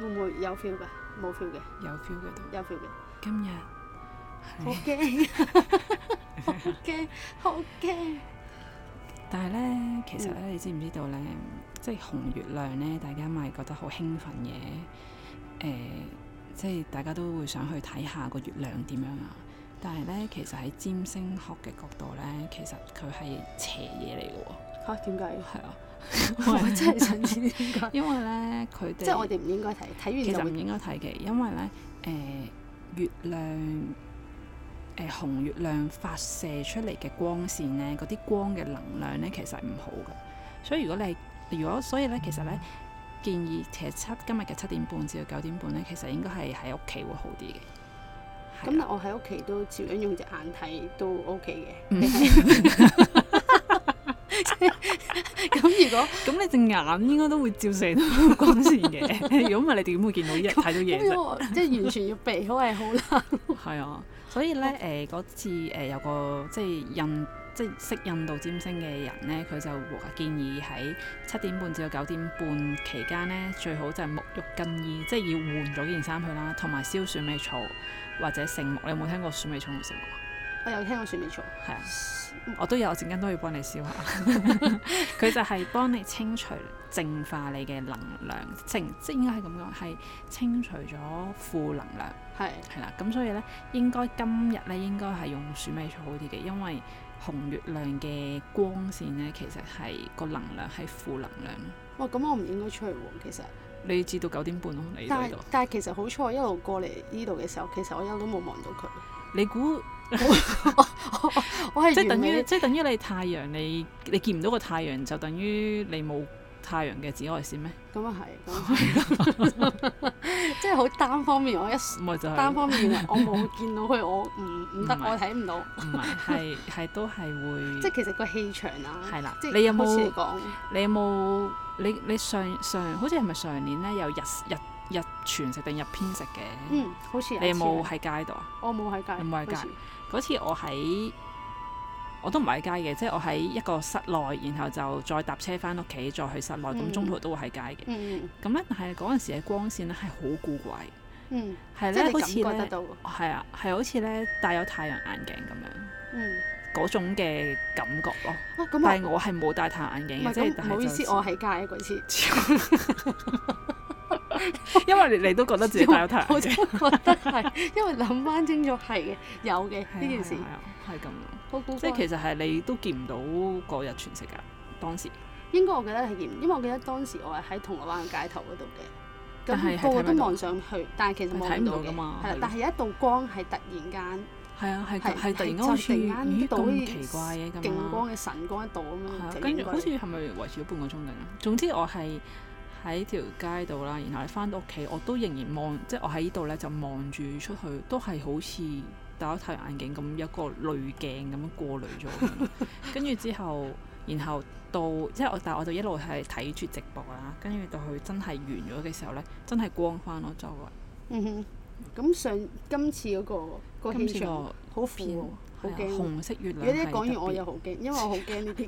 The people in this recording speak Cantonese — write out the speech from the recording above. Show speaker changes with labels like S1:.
S1: 會唔會有 feel 㗎？冇 feel 嘅，
S2: 有 feel 嘅都。
S1: 有 feel 嘅。
S2: 今日
S1: 好
S2: 係，
S1: 驚， 好驚，好驚！
S2: 但係咧，其實咧，
S1: 嗯
S2: 你知唔知道咧？即係紅月亮咧，大家咪覺得好興奮嘅。誒、即係大家都會想去睇下個月亮點樣啊。但係咧，其實喺占星學嘅角度咧，其實佢係邪嘢嚟嘅喎。
S1: 嚇點解？
S2: 係啊，
S1: 我真係想知點解。
S2: 因為咧佢哋
S1: 即係我哋唔應該睇，睇完
S2: 其實
S1: 就
S2: 唔啊
S1: 會
S2: 應該睇嘅，因為咧誒、月亮誒、紅月亮發射出嚟嘅光線咧，嗰啲光嘅能量咧其實係唔好嘅，所以如果你係如果所以咧其實咧建議其實七今日嘅七點半至到九點半咧，其實應該係喺屋企會好啲嘅。係
S1: 咁
S2: 啊
S1: 但我喺屋企都照樣用隻眼睇都 OK
S2: 嗯
S1: 嘅。 咁如果
S2: 咁你隻眼應該都會照射到光線 嘅，如果唔係你點會見到嘢睇到嘢
S1: 咁我即係完全要避開係好難。
S2: 係啊，所以咧誒嗰次誒、有個即係印即係識印度占星嘅人咧，佢就話建議喺七點半至到九點半期間咧，最好就係沐浴更衣，即係要換咗件衫去啦，同埋燒鼠尾草或者聖木。你有冇聽過鼠尾草同聖木啊？
S1: 我有聽過算未錯，
S2: 係啊，我都有，我陣間都要幫你燒下。佢就係幫你清除淨化你嘅能量，淨即係應該係咁講，係清除咗負能量。
S1: 係
S2: 係啦，咁所以咧，應該今日咧應該係用鼠尾草好啲嘅，因為紅月亮嘅光線咧，其實係個能量係負能量。
S1: 哇！咁我唔應該出去喎，其實。
S2: 你至到九點半咯，你
S1: 但
S2: 呢
S1: 係
S2: 度。
S1: 但係其實好彩，我一路過嚟呢度嘅時候，其實我一路都冇望到佢。
S2: 你估
S1: 我係
S2: 即係
S1: 完
S2: 等於
S1: 美
S2: 即係等於你太陽，你你見唔到個太陽，就等於你冇太陽嘅紫外線咩？
S1: 咁啊係，咁啊係即係好單方面，我一
S2: 唔啊係就係、
S1: 單方面認為我冇見到佢，我唔唔得，
S2: 唔係
S1: 我睇唔到。
S2: 唔係係係都係
S1: 即
S2: 會
S1: 係其實個氣場啊，
S2: 係啦
S1: 即。係
S2: 你有
S1: 好似
S2: 冇
S1: 你講
S2: 你有冇你你上上好似係咪上年咧有日日日全食定日偏食嘅？
S1: 嗯，好似
S2: 你有冇
S1: 一次
S2: 喺街度啊？
S1: 係？我冇喺街，
S2: 你冇喺街
S1: 好似
S2: 嗰次我喺我都唔係喺街嘅，即係我喺一個室內，然後就再搭車翻屋企，再去室內，咁
S1: 嗯
S2: 中途都會喺街嘅。
S1: 嗯
S2: 咁咧，但係嗰陣時嘅光線咧係好古怪，
S1: 嗯
S2: 係
S1: 嗯，即係
S2: 咧好
S1: 你
S2: 似
S1: 感覺得
S2: 咧
S1: 到，
S2: 係啊，係好似咧戴咗太陽眼鏡咁樣
S1: 嗯
S2: 嗰種嘅感覺咯。
S1: 啊咁
S2: 但
S1: 啊，
S2: 係我係冇戴太陽
S1: 唔
S2: 眼鏡
S1: 係
S2: 嘅，即係
S1: 咁
S2: 但
S1: 唔
S2: 係
S1: 好意
S2: 就
S1: 思，我喺街啊嗰 次，
S2: 因為你你都覺得自己戴咗太 陽
S1: 我
S2: 眼
S1: 真
S2: 鏡，
S1: 係覺得係，因為諗翻清楚係嘅，有嘅
S2: 係啊
S1: 呢件事
S2: 係，啊係咁咯。
S1: 好古
S2: 即
S1: 怪
S2: 係。其實係你都見唔到嗰日全食㗎，當時。
S1: 應該我記得係嚴，因為我記得當時我係喺銅鑼灣嘅街頭嗰度嘅，
S2: 但
S1: 咁
S2: 係係
S1: 個個
S2: 睇唔
S1: 都
S2: 到
S1: 望上去，但係其實
S2: 係
S1: 望
S2: 睇唔
S1: 唔到
S2: 到㗎
S1: 嘅，
S2: 嘛哦
S1: 係啦
S2: 係。
S1: 但係有一道光係突然間
S2: 係啊，係
S1: 係
S2: 係突然間
S1: 就
S2: 好似
S1: 突然間
S2: 咦
S1: 到呢
S2: 咁奇怪嘅咁
S1: 勁
S2: 啦，
S1: 光嘅神光一道咁
S2: 係
S1: 樣
S2: 啊
S1: 就
S2: 跟
S1: 應
S2: 住
S1: 該
S2: 好似係咪維持咗半個鐘定啊？總之我係喺條街度啦，然後你翻到屋企，我都仍然望，即係我喺呢度咧就望住出去，都係好似戴咗太陽眼鏡咁，有個濾鏡咁樣過濾咗咁樣。 跟住之後，然後到即係我，但係我就一路係睇住直播啦。跟住到佢真係完咗嘅時候咧，真係光翻咯周圍。
S1: 嗯哼，咁上今次嗰、個個
S2: 今
S1: 氣
S2: 次
S1: 場
S2: 個
S1: 好負
S2: 片
S1: 喎，好
S2: 係啊
S1: 驚。
S2: 紅色月
S1: 如
S2: 亮
S1: 果你一
S2: 係
S1: 講
S2: 特
S1: 完，我
S2: 別
S1: 又好驚，因為我好驚呢啲